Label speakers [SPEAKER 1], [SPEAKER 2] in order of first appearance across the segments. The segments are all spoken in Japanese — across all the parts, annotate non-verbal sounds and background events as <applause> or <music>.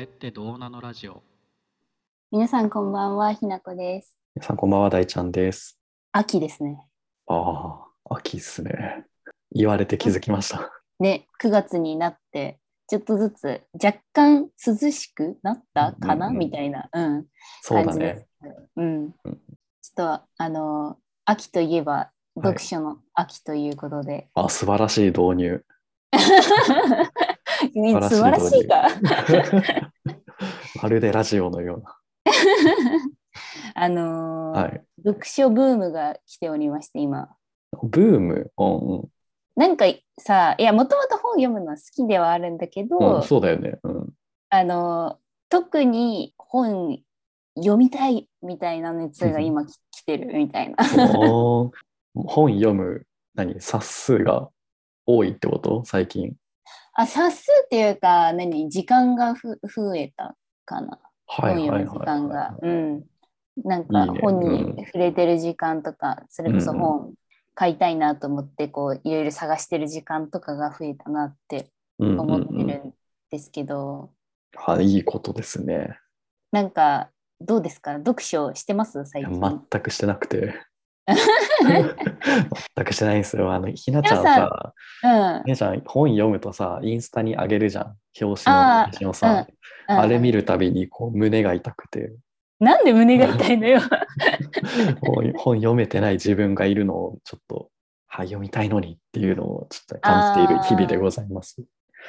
[SPEAKER 1] ってどうなのラジオ
[SPEAKER 2] 皆さんこんばんは、ひなこです。
[SPEAKER 3] 皆さんこんばんは、大ちゃんです。
[SPEAKER 2] 秋ですね。
[SPEAKER 3] ああ、秋っすね。言われて気づきました。
[SPEAKER 2] <laughs> ね、9月になって、ちょっとずつ若干涼しくなったかな、
[SPEAKER 3] うんうんうん
[SPEAKER 2] みたいな、うん、
[SPEAKER 3] そうだ
[SPEAKER 2] 感じで
[SPEAKER 3] ね
[SPEAKER 2] す。。うん。
[SPEAKER 3] うん
[SPEAKER 2] ちょっと、あの、秋といえば
[SPEAKER 3] い
[SPEAKER 2] 読書の秋ということで。
[SPEAKER 3] あ、素晴らしい
[SPEAKER 2] <laughs>
[SPEAKER 3] 導入。
[SPEAKER 2] ね素
[SPEAKER 3] 素
[SPEAKER 2] 晴ら
[SPEAKER 3] 晴ら
[SPEAKER 2] し
[SPEAKER 3] し
[SPEAKER 2] い
[SPEAKER 3] い
[SPEAKER 2] か。
[SPEAKER 3] まるでラジオのような。
[SPEAKER 2] あのー
[SPEAKER 3] はい。
[SPEAKER 2] 読書ブームが来ておりまして、今。
[SPEAKER 3] ブーム。う
[SPEAKER 2] なんかさ、いや、もともと本読むのは好きではあるんだけど、
[SPEAKER 3] ん、うん。うん、そうだよね。
[SPEAKER 2] <laughs>
[SPEAKER 3] うん。
[SPEAKER 2] あの特に本読みたいみたいな熱が今き来てるみたいな。 <laughs>
[SPEAKER 3] おー本読む、何、冊数が多いってこと最近。
[SPEAKER 2] あ冊数っていうか何時間がふ増えたかな
[SPEAKER 3] はい
[SPEAKER 2] 本読
[SPEAKER 3] はい
[SPEAKER 2] む時
[SPEAKER 3] はい
[SPEAKER 2] 間
[SPEAKER 3] は
[SPEAKER 2] が。うんなん
[SPEAKER 3] い
[SPEAKER 2] か
[SPEAKER 3] いね
[SPEAKER 2] 本
[SPEAKER 3] うん
[SPEAKER 2] に触れてる時間とかそれこそ
[SPEAKER 3] うんうん
[SPEAKER 2] 本買いたいなと思ってこういろいろ探してる時間とかが増えたなって
[SPEAKER 3] い。うん
[SPEAKER 2] 思って
[SPEAKER 3] うんうん
[SPEAKER 2] るんですけど
[SPEAKER 3] はい、いいことですね。
[SPEAKER 2] なんかどうですか読書してます
[SPEAKER 3] い
[SPEAKER 2] 最
[SPEAKER 3] や
[SPEAKER 2] 近、
[SPEAKER 3] 全くしてなく
[SPEAKER 2] <laughs>
[SPEAKER 3] て。 <laughs> 全くしてないんですよ。あの、ひなちゃん
[SPEAKER 2] 皆さん
[SPEAKER 3] さ、
[SPEAKER 2] うん
[SPEAKER 3] 姉ちゃん本読むとさインスタにあげるじゃん表紙
[SPEAKER 2] あ
[SPEAKER 3] の
[SPEAKER 2] ー
[SPEAKER 3] 写真をさあ,、れ
[SPEAKER 2] うん
[SPEAKER 3] 見るたびにこう胸が痛くて
[SPEAKER 2] <laughs> なんで胸が痛いのよ。
[SPEAKER 3] こう本読めてない自分がいるのをちょっとはい読みたいのにっていうのをちょっと感じている日々でございます。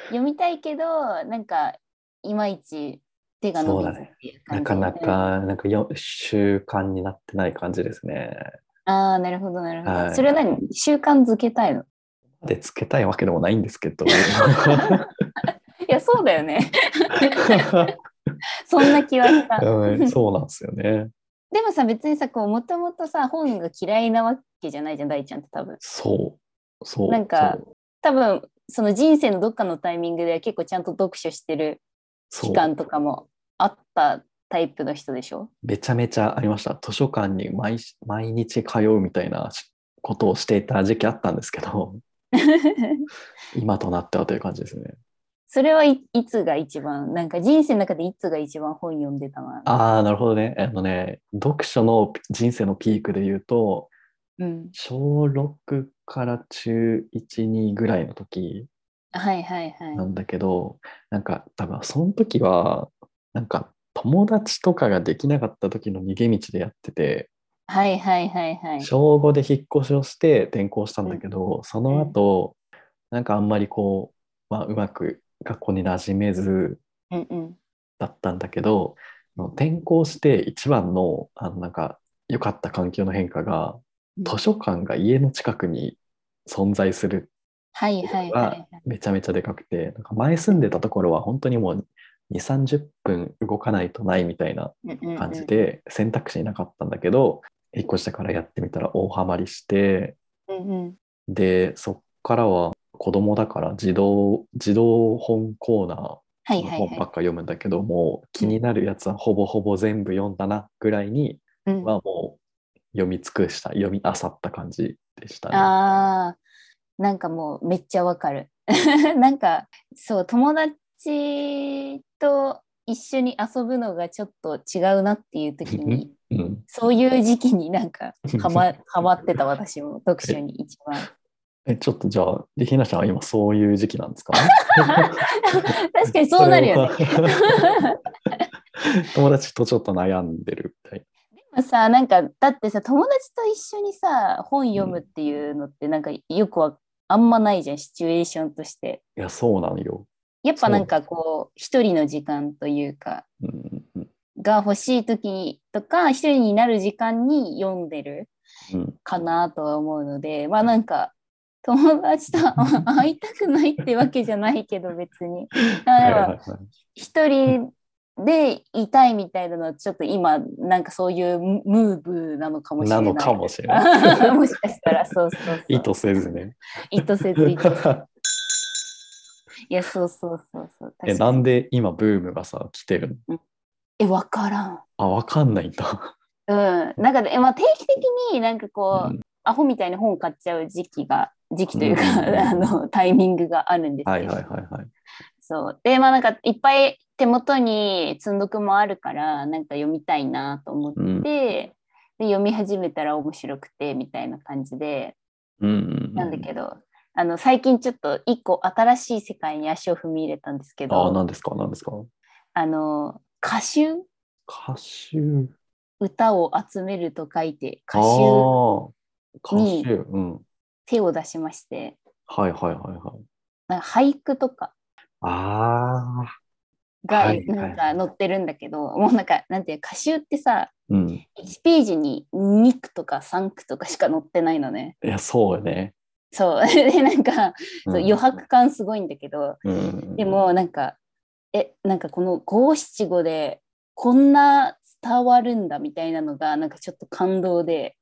[SPEAKER 2] 読みたいけどなんかいまいち手が伸びずっていう感
[SPEAKER 3] な
[SPEAKER 2] じ
[SPEAKER 3] かなか、なんかよ習慣になってない感じですね。
[SPEAKER 2] うんああなるほどなるほど、
[SPEAKER 3] はい
[SPEAKER 2] それは何習慣づけたいのい
[SPEAKER 3] でつけたいわけでもないんです
[SPEAKER 2] <laughs>
[SPEAKER 3] けど。 <laughs>
[SPEAKER 2] やそうだよね <laughs> そんな気は <laughs> した
[SPEAKER 3] うんそうなんですよね。
[SPEAKER 2] でもさ別にさこうもともとさ本が嫌いなわけじゃないじゃん大ちゃんって多分
[SPEAKER 3] そう。そう。
[SPEAKER 2] なんか
[SPEAKER 3] そう
[SPEAKER 2] 多分その人生のどっかのタイミングで結構ちゃんと読書してる
[SPEAKER 3] そう
[SPEAKER 2] 期間とかもあったタイプの人でしょ <laughs>
[SPEAKER 3] めちゃめちゃありました。図書館に毎し毎日通うみたいなしことをしていた時期あったんですけど、今となってはという感じですね。
[SPEAKER 2] それはい、いつが一番なんか人生の中でいつが一番本読んでたな。
[SPEAKER 3] ああ、なるほどね。あのね、読書の人生のピークで言うと、
[SPEAKER 2] うん、
[SPEAKER 3] 小6から中1、2ぐらいの時
[SPEAKER 2] はいはいはい。
[SPEAKER 3] なんだけど、なんか多分その時は、なんか友達とかができなかった時の逃げ道でやってて、
[SPEAKER 2] はいはいはいはい。
[SPEAKER 3] 小5で引っ越しをして転校したんだけど、その後、なんかあんまりこう、まあ、うまく学校に馴染めず
[SPEAKER 2] うんうん。
[SPEAKER 3] だったんだけど、転校して一番のあのなんか良かった環境の変化が
[SPEAKER 2] うん
[SPEAKER 3] 図書館が家の近くに存在する
[SPEAKER 2] はいはいはいはい。
[SPEAKER 3] めちゃめちゃでかくてなんか前住んでたところは本当にもう2 3 0分動かないとないみたいな
[SPEAKER 2] うんうんうん
[SPEAKER 3] 感じ。で選択肢なかったんだけど、引っ越してからやってみたら大ハマりして
[SPEAKER 2] うんうん。
[SPEAKER 3] で、そっからは子供だから児童、児童本コーナー
[SPEAKER 2] はい
[SPEAKER 3] の
[SPEAKER 2] はい
[SPEAKER 3] 本ば
[SPEAKER 2] は
[SPEAKER 3] っか読むんだけども、気になるやつはほぼほぼ全部読んだなぐらいに
[SPEAKER 2] いうん。
[SPEAKER 3] はもう読み尽くした、読み漁った感じでしたね。
[SPEAKER 2] あーなんかもうめっちゃわかる。 <laughs> なんかそう友達と一緒に遊ぶのがちょっと違うなっていう時
[SPEAKER 3] <laughs>
[SPEAKER 2] に
[SPEAKER 3] うん、
[SPEAKER 2] そういう時期になんかハ
[SPEAKER 3] <laughs>
[SPEAKER 2] マハマってた私も読書に一番。
[SPEAKER 3] え、ちょっとじゃあ、りひなちゃんは今そういう時期なんですか
[SPEAKER 2] 確かに <laughs> そうなるよね。
[SPEAKER 3] ね。 <laughs> それは友達とちょっと悩んでるみたい。
[SPEAKER 2] まあさなんかだってさ友達と一緒にさ本読むっていうのってなんかよくはあんまないじゃんシチュエーションとして
[SPEAKER 3] いや、そうなんよ。
[SPEAKER 2] やっぱなんかこう一人の時間というか
[SPEAKER 3] うんうんうん
[SPEAKER 2] が欲しい時とか一人になる時間に読んでる
[SPEAKER 3] うん、
[SPEAKER 2] かなとは思うのでまあなんか友達とあ
[SPEAKER 3] <laughs>
[SPEAKER 2] 会いたくないってわけじゃないけど別に
[SPEAKER 3] はい
[SPEAKER 2] だか
[SPEAKER 3] はい
[SPEAKER 2] ら
[SPEAKER 3] はい
[SPEAKER 2] 一人でいたいみたいなのはちょっと今なんかそういうムムーブーなのかもしれな。
[SPEAKER 3] ないのかもしれな
[SPEAKER 2] <laughs>
[SPEAKER 3] い。
[SPEAKER 2] もしかしたらそうそうそう
[SPEAKER 3] 意図せずね。
[SPEAKER 2] 意図せず意図せずいやそうそうそうそう
[SPEAKER 3] え、
[SPEAKER 2] 確か
[SPEAKER 3] な
[SPEAKER 2] に
[SPEAKER 3] んで今ブームがさ、来てるの
[SPEAKER 2] え分からん
[SPEAKER 3] あ、わかんないんだ。
[SPEAKER 2] うんなんかね、まあ、定期的になんかこう、
[SPEAKER 3] うん
[SPEAKER 2] アホみたいに本買っちゃう時期が時期と <laughs> いうか、
[SPEAKER 3] うん
[SPEAKER 2] あのタイミングがあるんですけど、
[SPEAKER 3] はいはいはいはい。
[SPEAKER 2] そうでまあなんかいっぱい手元に積んどくもあるからなんか読みたいなと思って、
[SPEAKER 3] うん
[SPEAKER 2] で読み始めたら面白くてみたいな感じで
[SPEAKER 3] うんうんうん。
[SPEAKER 2] なんだけど、あの最近ちょっと一個新しい世界に足を踏み入れたんですけ
[SPEAKER 3] ああ、
[SPEAKER 2] ど
[SPEAKER 3] な
[SPEAKER 2] あ
[SPEAKER 3] んですか、なんですか。
[SPEAKER 2] の歌集
[SPEAKER 3] 歌集。
[SPEAKER 2] 歌を集めると書いて歌集
[SPEAKER 3] 歌
[SPEAKER 2] に
[SPEAKER 3] 歌集。うん。
[SPEAKER 2] 手を出しまして
[SPEAKER 3] はいはいはいはい。
[SPEAKER 2] なんか俳句とか
[SPEAKER 3] ああ。は
[SPEAKER 2] が
[SPEAKER 3] い
[SPEAKER 2] なん
[SPEAKER 3] は
[SPEAKER 2] か
[SPEAKER 3] い
[SPEAKER 2] 載ってるんだけど、 <laughs> もうなんかなんていうか歌集ってさ
[SPEAKER 3] うん。い
[SPEAKER 2] 1ページに2句とか3句とかしか載ってないのね。
[SPEAKER 3] や、そうよね。
[SPEAKER 2] そう <laughs> でなんか、そう
[SPEAKER 3] うん
[SPEAKER 2] 余。白感すごいんだけど
[SPEAKER 3] うんうんうん
[SPEAKER 2] で。もなんかえなんかこの五七五でこんな伝わるんだみたいなのがなんかちょっと感動で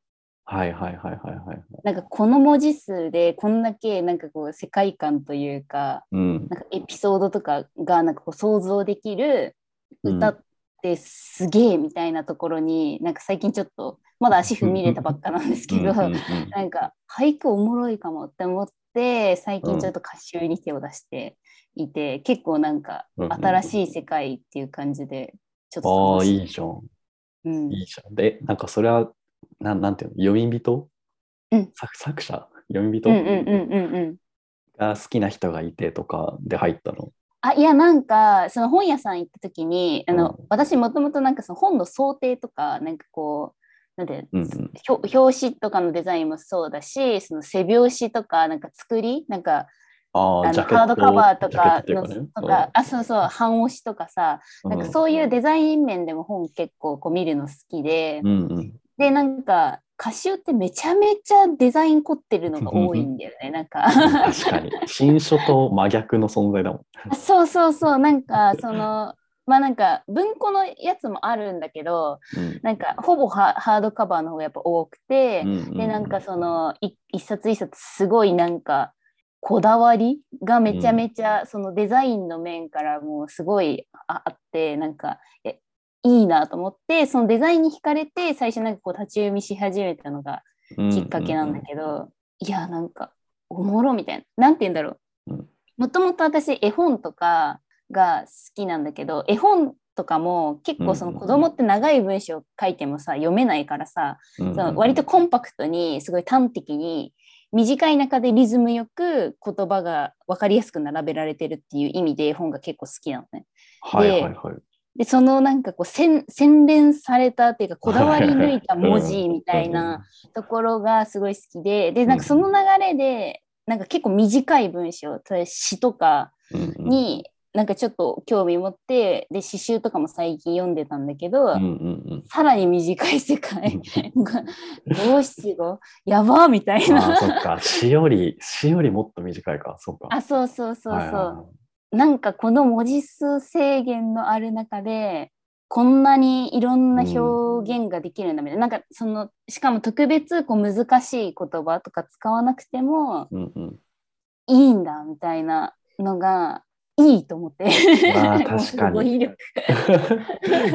[SPEAKER 3] はいはいはいはいはい。
[SPEAKER 2] なんかこの文字数でこんだけなんかこう世界観というか
[SPEAKER 3] うん。
[SPEAKER 2] なんかエピソードとかがなんかこう想像できる歌
[SPEAKER 3] うん
[SPEAKER 2] ってすげえみたいなところに、なんか最近ちょっとまだ足踏み入れたばっかなんですけど、
[SPEAKER 3] うんうんうん
[SPEAKER 2] なんか俳句おもろいかもって思って最近ちょっと歌集に手を出していて、結構なんか
[SPEAKER 3] うんうんうん
[SPEAKER 2] 新しい世界っていう感じでちょっと
[SPEAKER 3] あ
[SPEAKER 2] 楽
[SPEAKER 3] あ、
[SPEAKER 2] し
[SPEAKER 3] いいじゃん。
[SPEAKER 2] うん
[SPEAKER 3] いいじゃん。で、なんかそれは、なんなんていうの、読み人、
[SPEAKER 2] うん
[SPEAKER 3] 作作者読み人、
[SPEAKER 2] うんうんうんうんうん
[SPEAKER 3] が好きな人がいてとかで入ったの。
[SPEAKER 2] あいやなんかその本屋さん行った時にあの、
[SPEAKER 3] う
[SPEAKER 2] 私もともとなんかその本の想定とかなんかこうなんていうの
[SPEAKER 3] うんうん
[SPEAKER 2] ひょ表紙とかのデザインもそうだしその背表紙とかなんか作りなんか
[SPEAKER 3] あ
[SPEAKER 2] あ
[SPEAKER 3] あ、
[SPEAKER 2] の
[SPEAKER 3] ジャケ
[SPEAKER 2] ハード
[SPEAKER 3] ット
[SPEAKER 2] カバーと
[SPEAKER 3] ジャケット
[SPEAKER 2] か
[SPEAKER 3] っ
[SPEAKER 2] の
[SPEAKER 3] ていうかね
[SPEAKER 2] とかあそうそう半押しとかさ
[SPEAKER 3] うん
[SPEAKER 2] なんかそういうデザイン面でも本結構こう見るの好きで、
[SPEAKER 3] うん
[SPEAKER 2] <laughs>
[SPEAKER 3] うん。
[SPEAKER 2] でなんか歌集ってめちゃめちゃデザイン凝ってるのが多いんだよねなん
[SPEAKER 3] <laughs>
[SPEAKER 2] か
[SPEAKER 3] 確かに。新書と真逆の存在だもん。
[SPEAKER 2] そうそうそうなんかそのまあなんか文庫のやつもあるんだけど
[SPEAKER 3] うん
[SPEAKER 2] なんかほぼハハードカバーの方がやっぱ多くて、
[SPEAKER 3] うんうん
[SPEAKER 2] でなんかそのい一冊一冊すごいなんかこだわりがめちゃめちゃそのデザインの面からもうすごいああってなんかえいいなと思ってそのデザインに惹かれて最初なんかこう立ち読みし始めたのがきっかけなんだけど、いやなんかおもろみたいななんて言うんだろう
[SPEAKER 3] う
[SPEAKER 2] んもともと私絵本とかが好きなんだけど絵本とかも結構その子供って長い文章書いてもさ読めないからさ、
[SPEAKER 3] うんうんうん
[SPEAKER 2] その割とコンパクトにすごい端的に短い中でリズムよく言葉が分かりやすく並べられてるっていう意味で絵本が結構好きなのね。
[SPEAKER 3] はいはいはい。
[SPEAKER 2] でそのなんかこう洗洗練されたっていうかこだわり抜いた文字みたいなところがすごい好きででなんかその流れでなんか結構短い文章例えば詩とか
[SPEAKER 3] うんうん、
[SPEAKER 2] になんかちょっと興味持ってで詩集とかも最近読んでたんだけど、
[SPEAKER 3] うん
[SPEAKER 2] <laughs>
[SPEAKER 3] うん
[SPEAKER 2] さらに短い世界が <laughs> 五七五やばーみたい
[SPEAKER 3] うん、ああ、
[SPEAKER 2] な
[SPEAKER 3] そっか。詩より、詩よりもっと短いか。そうか。
[SPEAKER 2] <laughs> あそうそうそうそう、
[SPEAKER 3] はいはいはい
[SPEAKER 2] なんかこの文字数制限のある中でこんなにいろんな表現ができるんだみたいな,、なんかそのしかも特別こう難しい言葉とか使わなくても
[SPEAKER 3] う
[SPEAKER 2] <laughs>
[SPEAKER 3] んうん。
[SPEAKER 2] いいんだみたいなのがいいと思って
[SPEAKER 3] ま
[SPEAKER 2] も
[SPEAKER 3] あ
[SPEAKER 2] う
[SPEAKER 3] 確かに
[SPEAKER 2] 語彙 <laughs> 力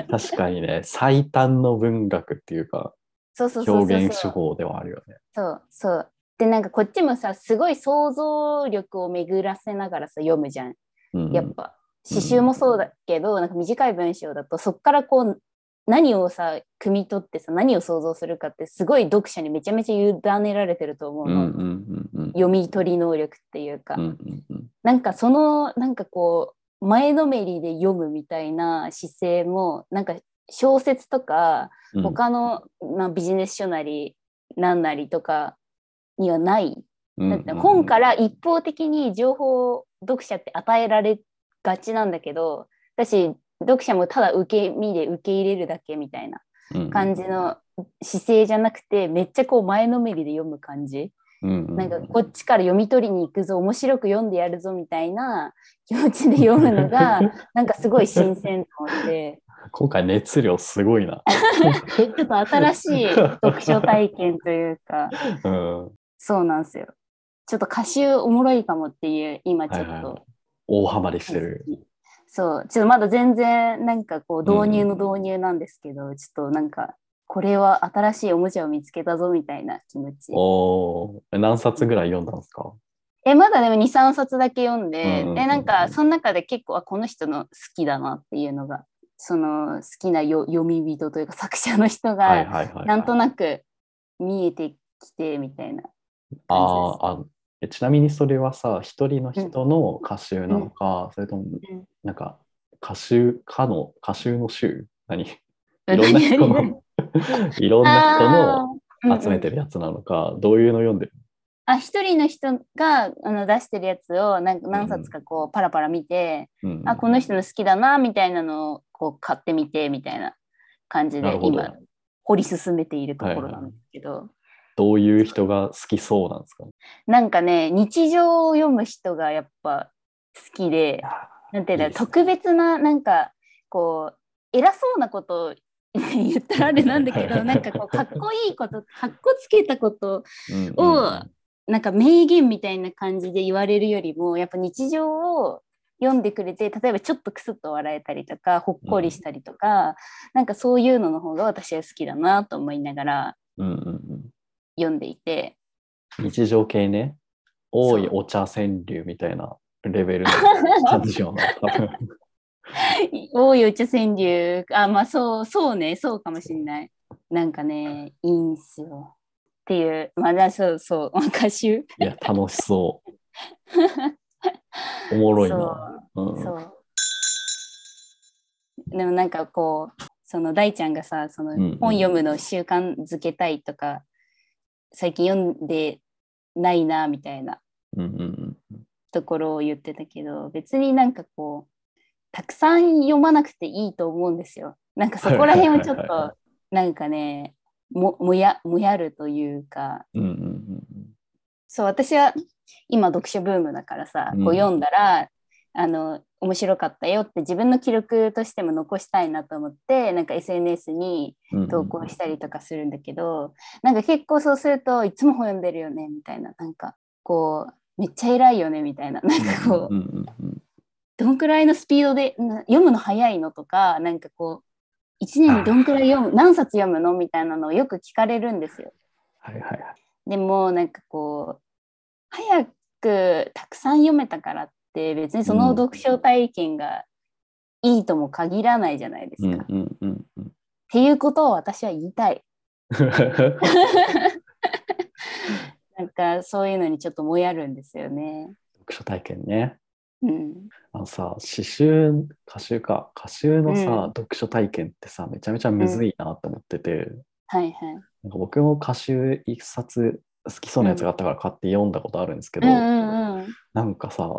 [SPEAKER 3] 確かにね、最短の文学っていうか、
[SPEAKER 2] そうそうそうそうそう
[SPEAKER 3] 表現手法ではあるよね。
[SPEAKER 2] そうそう。でなんかこっちもさすごい想像力を巡らせながらさ読むじゃん
[SPEAKER 3] うんうん
[SPEAKER 2] やっぱ刺繍もそうだけど、なんか短い文章だとそっからこう何をさ汲み取ってさ何を想像するかってすごい読者にめちゃめちゃ委ねられてると思う
[SPEAKER 3] うん
[SPEAKER 2] の、
[SPEAKER 3] うんうんうん。
[SPEAKER 2] 読み取り能力っていうか、
[SPEAKER 3] うんうんうん
[SPEAKER 2] なんかそのなんかこう前のめりで読むみたいな姿勢もなんか小説とか
[SPEAKER 3] うん
[SPEAKER 2] 他の、まあ、ビジネス書なりなんなりとかにはない。だって本から一方的に情報を読者って与えられがちなんだけど私読者もただ受け身で受け入れるだけみたいな感じの姿勢じゃなくてめっちゃこう前のめりで読む感じ
[SPEAKER 3] な
[SPEAKER 2] なんかこっちから読み取りに行くぞ面白く読んでやるぞみたい
[SPEAKER 3] <laughs>
[SPEAKER 2] な気持ちで読むのがなんかすごい新鮮と思
[SPEAKER 3] <laughs>
[SPEAKER 2] って
[SPEAKER 3] 今回熱量すごいな。
[SPEAKER 2] ちょっと新しい読書体験というか
[SPEAKER 3] うん、
[SPEAKER 2] そうなんですよちょっと歌集おもろいかもっていう今ちょっと。
[SPEAKER 3] はいはいはい大ハマりしてる。
[SPEAKER 2] そう、ちょっとまだ全然なんかこう導入の導入なんですけど、ちょっとなんかこれは新しいおもちゃを見つけたぞみたいな気持ち。
[SPEAKER 3] おお、何冊ぐらい読んだんですか
[SPEAKER 2] えまだでも23冊だけ読んで、
[SPEAKER 3] うんうんうんうん
[SPEAKER 2] でなんかその中で結構あこの人の好きだなっていうのがその好きなよ読み人というか作者の人
[SPEAKER 3] はい
[SPEAKER 2] が
[SPEAKER 3] はいはい。
[SPEAKER 2] なんと
[SPEAKER 3] く。
[SPEAKER 2] なく見えてきてみたいな。
[SPEAKER 3] あーあ、えちなみにそれはさ、一人の人の歌集なのか、それとも
[SPEAKER 2] うん、
[SPEAKER 3] なんか、歌集、かの、歌集の集何い
[SPEAKER 2] うん
[SPEAKER 3] ろんな人
[SPEAKER 2] 何
[SPEAKER 3] の、いろんな人
[SPEAKER 2] あー
[SPEAKER 3] の集めてるやつなのか、どういうの読んでる
[SPEAKER 2] あ一人の人があの出してるやつをなんか何冊かこうパラパラ見て、
[SPEAKER 3] うん
[SPEAKER 2] あこの人の好きだなみたいなのをこう買ってみてみたいな感じ
[SPEAKER 3] な
[SPEAKER 2] で
[SPEAKER 3] るほど
[SPEAKER 2] 今掘り進めているところなんですけど、
[SPEAKER 3] どういう人が好きそうなんですか
[SPEAKER 2] なんかね日常を読む人がやっぱ好きでなんていうんだろ
[SPEAKER 3] いいうですね
[SPEAKER 2] 特別ななんかこう偉そうなことを <laughs> 言ったらあれなんだけどなんかこうかっこいいことかっこつけたこと
[SPEAKER 3] うん
[SPEAKER 2] をなんか名言みたいな感じで言われるよりもやっぱ日常を読んでくれて例えばちょっとクスッと笑えたりとかほっこりしたりとか、なんかそういうのの方が私は好きだなと思いながら
[SPEAKER 3] うんうんうん
[SPEAKER 2] 読んでいて <laughs>
[SPEAKER 3] 日常系ね。多い
[SPEAKER 2] そう
[SPEAKER 3] お茶川柳みたいなレベルの感
[SPEAKER 2] <laughs>
[SPEAKER 3] じよな。多分
[SPEAKER 2] 多いお茶川柳あまあそうそうねそうかもしれないなんかねいいんすよっていうまあだそうそう歌集
[SPEAKER 3] いや、楽し
[SPEAKER 2] <laughs>
[SPEAKER 3] そう。おもろいな。うん
[SPEAKER 2] そうそうでもなんかこうその大ちゃんがさその
[SPEAKER 3] うんうん
[SPEAKER 2] 本読むの習慣づけたいとか、最近読んでないなみたいな
[SPEAKER 3] うんうんうん
[SPEAKER 2] ところを言ってたけど別になんかこうたくさん読まなくていいと思うんですよなんかそこら辺はちょっ
[SPEAKER 3] はいはいはい
[SPEAKER 2] となんかねももやもやるというか
[SPEAKER 3] うんうんうん
[SPEAKER 2] そう私は今読書ブームだからさ、こ
[SPEAKER 3] う
[SPEAKER 2] うん読んだらあの面白かったよって自分の記録としても残したいなと思ってなんか SNS に
[SPEAKER 3] うんうん
[SPEAKER 2] 投稿したりとかするんだけど、なんか結構そうするといつも本読んでるよねみたいななんかこうめっちゃ偉いよねみたいななんかこう、
[SPEAKER 3] うんうんうん
[SPEAKER 2] どんくらいのスピードでな読むの早いのとかなんかこう1年にどんくらい読む何冊読むのみたいなのをよく聞かれるんですよ。
[SPEAKER 3] はいはいはい。
[SPEAKER 2] でもなんかこう早くたくさん読めたからって別にその
[SPEAKER 3] うん
[SPEAKER 2] 読書体験がいいとも限らないじゃないです
[SPEAKER 3] う
[SPEAKER 2] か。
[SPEAKER 3] ん
[SPEAKER 2] っ
[SPEAKER 3] うんうんうん。 <laughs>
[SPEAKER 2] ていうことを私は言いたい。なんかそういうのにちょっともやるんですよね。
[SPEAKER 3] 読書体験ね。
[SPEAKER 2] うん、
[SPEAKER 3] あのさ、詩集、歌集か、歌集のさ、
[SPEAKER 2] うん
[SPEAKER 3] 読書体験ってさ、めちゃめちゃむずいなと思ってて、
[SPEAKER 2] はいはい。
[SPEAKER 3] なんか僕も歌集一冊好きそうなやつがあったから買って読んだことあるんですけ
[SPEAKER 2] う
[SPEAKER 3] ど、
[SPEAKER 2] んうんうん。
[SPEAKER 3] なんかさ、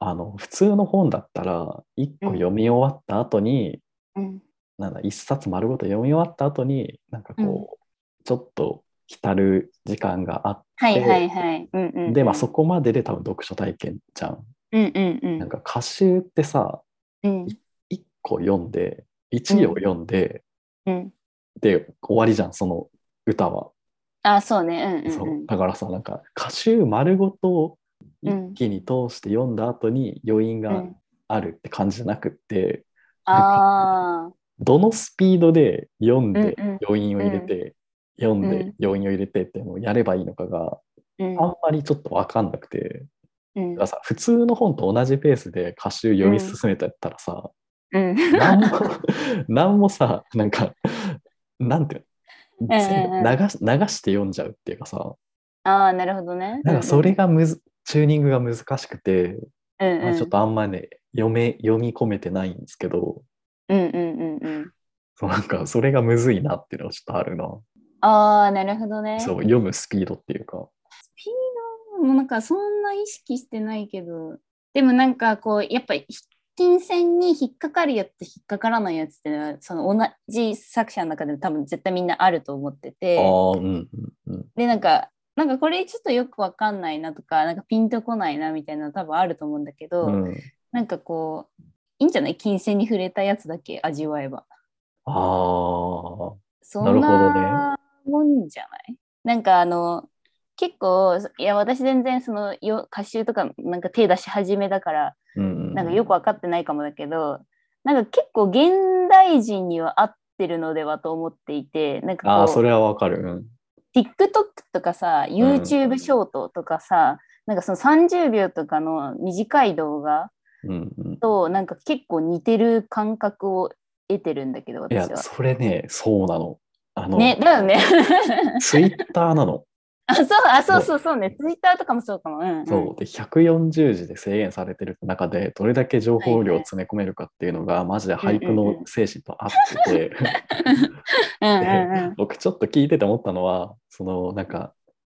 [SPEAKER 3] あの、普通の本だったら、一個読み終わった後に、
[SPEAKER 2] うん
[SPEAKER 3] なんだ、一冊丸ごと読み終わった後に、なんかこう、
[SPEAKER 2] うん
[SPEAKER 3] ちょっと浸る時間があっ
[SPEAKER 2] はいはいはい。うんうん
[SPEAKER 3] て、
[SPEAKER 2] うん、
[SPEAKER 3] で、まあそこまでで多分読書体験じゃん。
[SPEAKER 2] うんうんうん。
[SPEAKER 3] なんか歌集ってさ、
[SPEAKER 2] うん
[SPEAKER 3] 1個読んで1行読んで、
[SPEAKER 2] うん。
[SPEAKER 3] で終わりじゃんその歌は、
[SPEAKER 2] あ、そうね。うんうん。
[SPEAKER 3] そううんだからさなんか歌集丸ごと
[SPEAKER 2] うん
[SPEAKER 3] 一気に通して読んだ後に余韻
[SPEAKER 2] う
[SPEAKER 3] が
[SPEAKER 2] ん、
[SPEAKER 3] あるって感じじゃなくって、
[SPEAKER 2] ああ。
[SPEAKER 3] どのスピードで読んで
[SPEAKER 2] うんうん
[SPEAKER 3] 余韻を入れて、読ん
[SPEAKER 2] う
[SPEAKER 3] で
[SPEAKER 2] ん
[SPEAKER 3] 余韻を入れてっていうのをやればいいのかが
[SPEAKER 2] うん
[SPEAKER 3] あんまりちょっと分かんなくて、
[SPEAKER 2] うん
[SPEAKER 3] だからさ普通の本と同じペースで歌集読み進めたらさ、
[SPEAKER 2] うん。
[SPEAKER 3] なんも、 <laughs> なんもさ、なんか、なんていうの全
[SPEAKER 2] うんうんうん
[SPEAKER 3] 部流し流して読んじゃうっていうかさ、
[SPEAKER 2] ああ、なるほどね。
[SPEAKER 3] なんかそれがむず、チューニングが難しくて、
[SPEAKER 2] うんうん、
[SPEAKER 3] まあ、ちょっとあんまね、読め、読み込めてないんですけど、
[SPEAKER 2] うんうんうんうん。
[SPEAKER 3] そうなんかそれがむずいなっていうのはちょっとあるな。
[SPEAKER 2] ああ、なるほどね。
[SPEAKER 3] そう、読むスピードっていうか。
[SPEAKER 2] もうなんかそんな意識してないけど、でもなんかこう、やっぱり金銭に引っかかるやつと引っかからないやつっていうのは、その同じ作者の中でも多分絶対みんなあると思ってて、
[SPEAKER 3] ああ、うんうんうん。
[SPEAKER 2] で、なんか、なんかこれちょっとよくわかんないなとか、なんかピンとこないなみたいなの多分あると思うんだけど、
[SPEAKER 3] うん、
[SPEAKER 2] なんかこう、いいんじゃない金銭に触れたやつだけ味わえば。
[SPEAKER 3] ああ、
[SPEAKER 2] そ
[SPEAKER 3] なる
[SPEAKER 2] ん
[SPEAKER 3] ほどね
[SPEAKER 2] なもんじゃないなんかあの結構いや私全然そのよ歌集とかなんか手出し始めだから
[SPEAKER 3] うんうん。
[SPEAKER 2] なんかよく分かってないかもだけどなんか結構現代人には合ってるのではと思っていてなん
[SPEAKER 3] あ
[SPEAKER 2] か
[SPEAKER 3] あ、そ
[SPEAKER 2] こう
[SPEAKER 3] れはわかる。うん
[SPEAKER 2] TikTok とかさ YouTube ショートとかさ、なんかその30秒とかの短い動画
[SPEAKER 3] うんうん、
[SPEAKER 2] となんか結構似てる感覚を得てるんだけど
[SPEAKER 3] いや
[SPEAKER 2] 私、は。
[SPEAKER 3] それね、そうなの。あの、
[SPEAKER 2] ね、だよね。 <laughs>
[SPEAKER 3] ツイッターなの。
[SPEAKER 2] あ、そう、あ、そうそうそうね。ツイッターとかもそうかも。 <laughs> うん、うん。
[SPEAKER 3] そう。で、140字で制限されてる中で、どれだけ情報量を詰め込めるかっていうのが、マジで俳句の精神と合ってて、
[SPEAKER 2] うんうん
[SPEAKER 3] で僕ちょっと聞いてて思ったのは、その、なんか、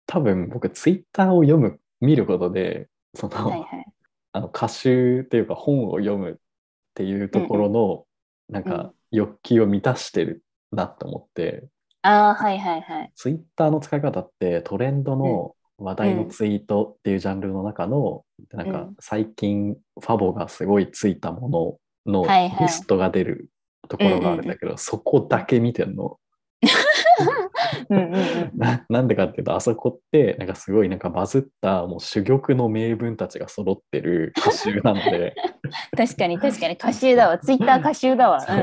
[SPEAKER 3] 多分僕ツイッターを読む、見ることで、 <laughs> そ
[SPEAKER 2] うん。
[SPEAKER 3] の、
[SPEAKER 2] はいはい。
[SPEAKER 3] あの歌集っていうか本を読むっていうところの、なんか欲求を満たしてるなと思って、
[SPEAKER 2] ああ、はいはいはい。
[SPEAKER 3] ツイッターの使い方ってトレンドの話題のツイートっていうジャンルの中の、なん
[SPEAKER 2] う
[SPEAKER 3] か
[SPEAKER 2] ん
[SPEAKER 3] 最近ファボがすごいついたものの
[SPEAKER 2] はいはい
[SPEAKER 3] リストが出るところがあるんだけど、そこだけ見てんの。
[SPEAKER 2] うんうんうん。
[SPEAKER 3] ななんでかっていうとあそこってなんかすごいなんかバズったもう珠玉の名文たちが揃ってる歌集なの
[SPEAKER 2] <laughs>
[SPEAKER 3] で
[SPEAKER 2] 確かに確かに歌集だわ。ツイッター歌集だわ。う
[SPEAKER 3] <laughs> そ
[SPEAKER 2] ん
[SPEAKER 3] う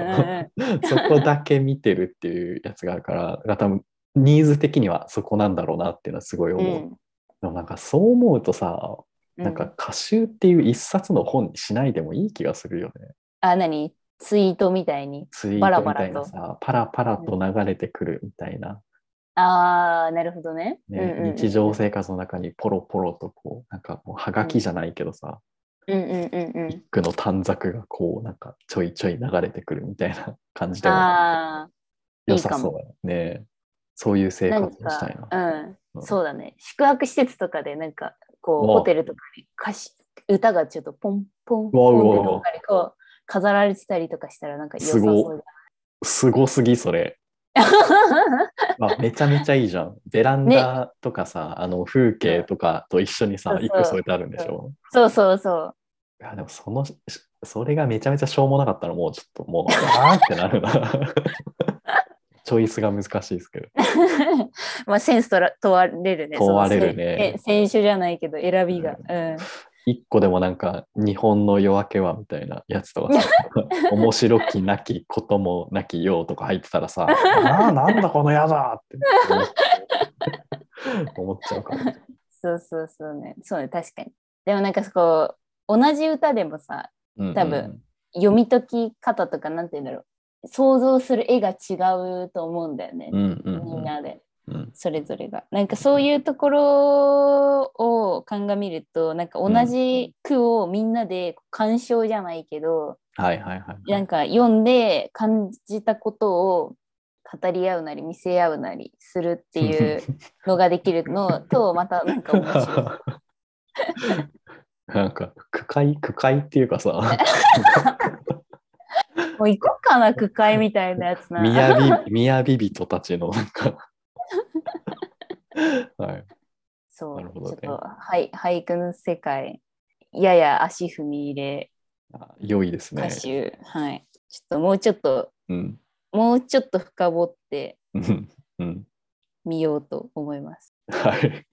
[SPEAKER 2] うん
[SPEAKER 3] そこだけ見てるっていうやつがあるからだから多分ニーズ的にはそこなんだろうなっていうのはすごい思
[SPEAKER 2] う
[SPEAKER 3] う。
[SPEAKER 2] ん。うん
[SPEAKER 3] でもなんかそう思うとさ
[SPEAKER 2] う
[SPEAKER 3] なんか歌集っていう一冊の本にしないでもいい気がするよね。
[SPEAKER 2] あ、何ツイートみたいに。
[SPEAKER 3] ツイー
[SPEAKER 2] バラ
[SPEAKER 3] ト
[SPEAKER 2] バ
[SPEAKER 3] みた
[SPEAKER 2] ラ
[SPEAKER 3] い
[SPEAKER 2] と
[SPEAKER 3] なさパラパラと流れてくるみたいな、
[SPEAKER 2] ああ、なるほどね。
[SPEAKER 3] ね
[SPEAKER 2] うんうんうん
[SPEAKER 3] 日常生活の中にポロポロとこうなんかもうはがきじゃないけどさ、
[SPEAKER 2] うんうんうん
[SPEAKER 3] 句の短冊がこうなんかちょいちょい流れてくるみたいな感じ
[SPEAKER 2] うん。
[SPEAKER 3] で
[SPEAKER 2] ああ、い
[SPEAKER 3] 良
[SPEAKER 2] いか
[SPEAKER 3] さ
[SPEAKER 2] も
[SPEAKER 3] そうだよね。そういう生活
[SPEAKER 2] 何
[SPEAKER 3] をしたい
[SPEAKER 2] か
[SPEAKER 3] な。、
[SPEAKER 2] う、
[SPEAKER 3] うんん
[SPEAKER 2] そうだね。宿泊施設とかで、なんか、こう、
[SPEAKER 3] お
[SPEAKER 2] ホテルとかに歌詞、歌がちょっとポンポン
[SPEAKER 3] うわうわ
[SPEAKER 2] ポンってどっかにこう、飾られてたりとかしたら、なんか良さそう
[SPEAKER 3] すごすぎそれ。
[SPEAKER 2] だ。
[SPEAKER 3] まあ、めちゃめちゃいい
[SPEAKER 2] <laughs>
[SPEAKER 3] じゃん。ベランダとかさ、あの風景とかと一緒に
[SPEAKER 2] そ
[SPEAKER 3] さ
[SPEAKER 2] う、そう
[SPEAKER 3] 一個添えてあるんでしょ。
[SPEAKER 2] <laughs> そうそうそう。 <laughs>
[SPEAKER 3] いやでもそのしそれがめちゃめちゃしょうもなかったらもうちょっともうあーってなるな。 <laughs> チョイスが難しいですけど。
[SPEAKER 2] まあ、センスとら問われるね。
[SPEAKER 3] 問われるね
[SPEAKER 2] その選選手じゃないけど、選びが。うん。
[SPEAKER 3] 一個でもなんか日本の夜明けはみたいなやつとかさ <laughs> 面白きなきこともなきようとか入ってたらさああなんだこのやだって思っちゃう思っちゃうから。
[SPEAKER 2] そうそうそうね。そうね、確かに。でもなんかこう、同じ歌でもさ、
[SPEAKER 3] うんうん
[SPEAKER 2] 多分読み解き方とか、なんて言うんだろう。想像する絵が違うと思うんだよね
[SPEAKER 3] う。んうん
[SPEAKER 2] みんなで、
[SPEAKER 3] うんうん
[SPEAKER 2] それぞれが。なんかそういうところを鑑みると、なんか同じ句をみんなで鑑賞じゃないけど、
[SPEAKER 3] はいはいはい。
[SPEAKER 2] なんか読んで感じたことを語り合うなり見せ合うなりするっていうのができるのとまたなんか面
[SPEAKER 3] <laughs>
[SPEAKER 2] 白い。
[SPEAKER 3] なんか区会区会っていうかさ <laughs>
[SPEAKER 2] もう行こうかな句会みたいなやつな。
[SPEAKER 3] みやびみやび人たちのなんかはい
[SPEAKER 2] そう、
[SPEAKER 3] なるほどね
[SPEAKER 2] ちょっと、はい、俳句の世界やや足踏み入れ
[SPEAKER 3] あ良いですね
[SPEAKER 2] 歌。集、はいちょっともうちょっと
[SPEAKER 3] うん
[SPEAKER 2] もうちょっと深掘って
[SPEAKER 3] うんうん
[SPEAKER 2] みようと思います。
[SPEAKER 3] はい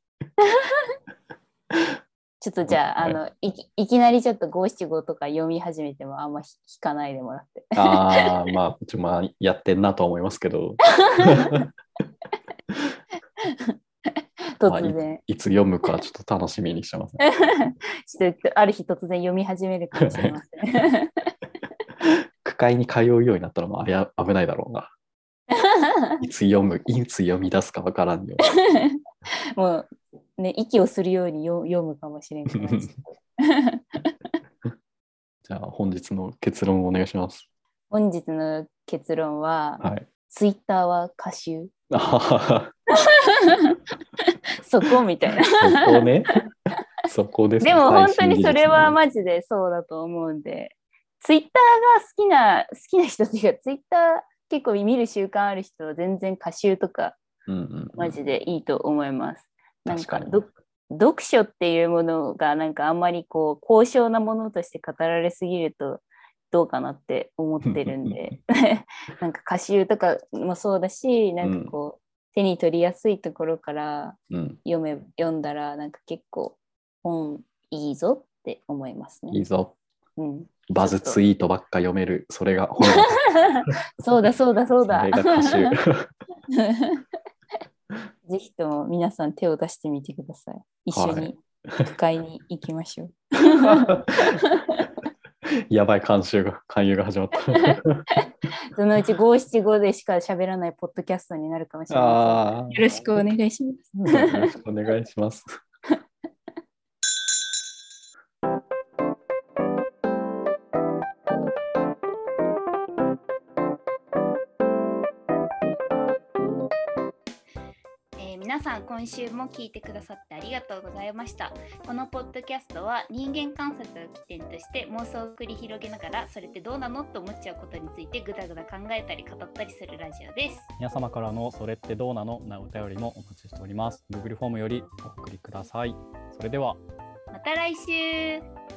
[SPEAKER 2] ちょっとじゃあ,、
[SPEAKER 3] はい
[SPEAKER 2] あのいきいきなりちょっと五七五とか読み始めてもあんま引かないでもらって。
[SPEAKER 3] ああまあちょまあやってんなとは思います
[SPEAKER 2] <laughs>
[SPEAKER 3] けど
[SPEAKER 2] 突然。 <laughs>
[SPEAKER 3] いつ読むかちょっと楽しみにしてます、
[SPEAKER 2] ちょっとある日突然読み始めるかもしれませ
[SPEAKER 3] <laughs>
[SPEAKER 2] ん。
[SPEAKER 3] 区会に通うようになったらまああや危ないだろうな。いつ読むいつ読み出すかわからんよ。
[SPEAKER 2] もうね息をするようによ読むかもしれん
[SPEAKER 3] <laughs>
[SPEAKER 2] から。ちょっと
[SPEAKER 3] じゃあ本日の結論をお願いし
[SPEAKER 2] <laughs>
[SPEAKER 3] ます。
[SPEAKER 2] 本日の結論は、
[SPEAKER 3] はい。
[SPEAKER 2] ツイッターは歌集。
[SPEAKER 3] あはは
[SPEAKER 2] そこみたいな。
[SPEAKER 3] そこね。そこですね。
[SPEAKER 2] でも本当
[SPEAKER 3] 最
[SPEAKER 2] に
[SPEAKER 3] 終技術
[SPEAKER 2] そ
[SPEAKER 3] ね
[SPEAKER 2] れはマジでそうだと思うんで、ツイッターが好きな好きな人っていうか、ツイッター結構見る習慣ある人は全然歌集とか
[SPEAKER 3] うんうん、
[SPEAKER 2] マジでいいと思います。なん
[SPEAKER 3] 確
[SPEAKER 2] か
[SPEAKER 3] かに
[SPEAKER 2] ど読書っていうものがなんかあんまりこう高尚なものとして語られすぎるとどうかなって思ってるん
[SPEAKER 3] <laughs>
[SPEAKER 2] でなんか歌集とかもそうだしなんかこう、手に取りやすいところから
[SPEAKER 3] うん、
[SPEAKER 2] 読め読んだらなんか結構本いいぞって思いますね。
[SPEAKER 3] いいぞ。
[SPEAKER 2] うん、
[SPEAKER 4] <laughs>
[SPEAKER 3] バズツイートばっか読める。それが本。
[SPEAKER 2] そうだそうだそう
[SPEAKER 3] そ
[SPEAKER 2] だ。
[SPEAKER 3] れが
[SPEAKER 4] <laughs>
[SPEAKER 2] <laughs>
[SPEAKER 3] 歌集。
[SPEAKER 2] ぜひとも皆さん手を出してみてください。一緒に
[SPEAKER 4] 使いに行きましょう。 <laughs>
[SPEAKER 5] やばい監修が、勧誘が始まった。
[SPEAKER 2] <laughs>
[SPEAKER 4] そのうち五七五でしか喋らないポッドキャストになるかもしれま
[SPEAKER 5] ああ
[SPEAKER 4] せん。よろしくお願いします。
[SPEAKER 5] よろしくお願いします。
[SPEAKER 2] えー皆さん今週も聞いてくださってありがとうございましたこのポッドキャストは人間観察を起点として妄想を繰り広げながらそれってどうなのと思っちゃうことについてぐだぐだ考えたり語ったりするラジオです
[SPEAKER 3] 皆様からのそれってどうなのなお便りもお待ちしております。Google フォームよりお送りください。それでは。
[SPEAKER 2] また来週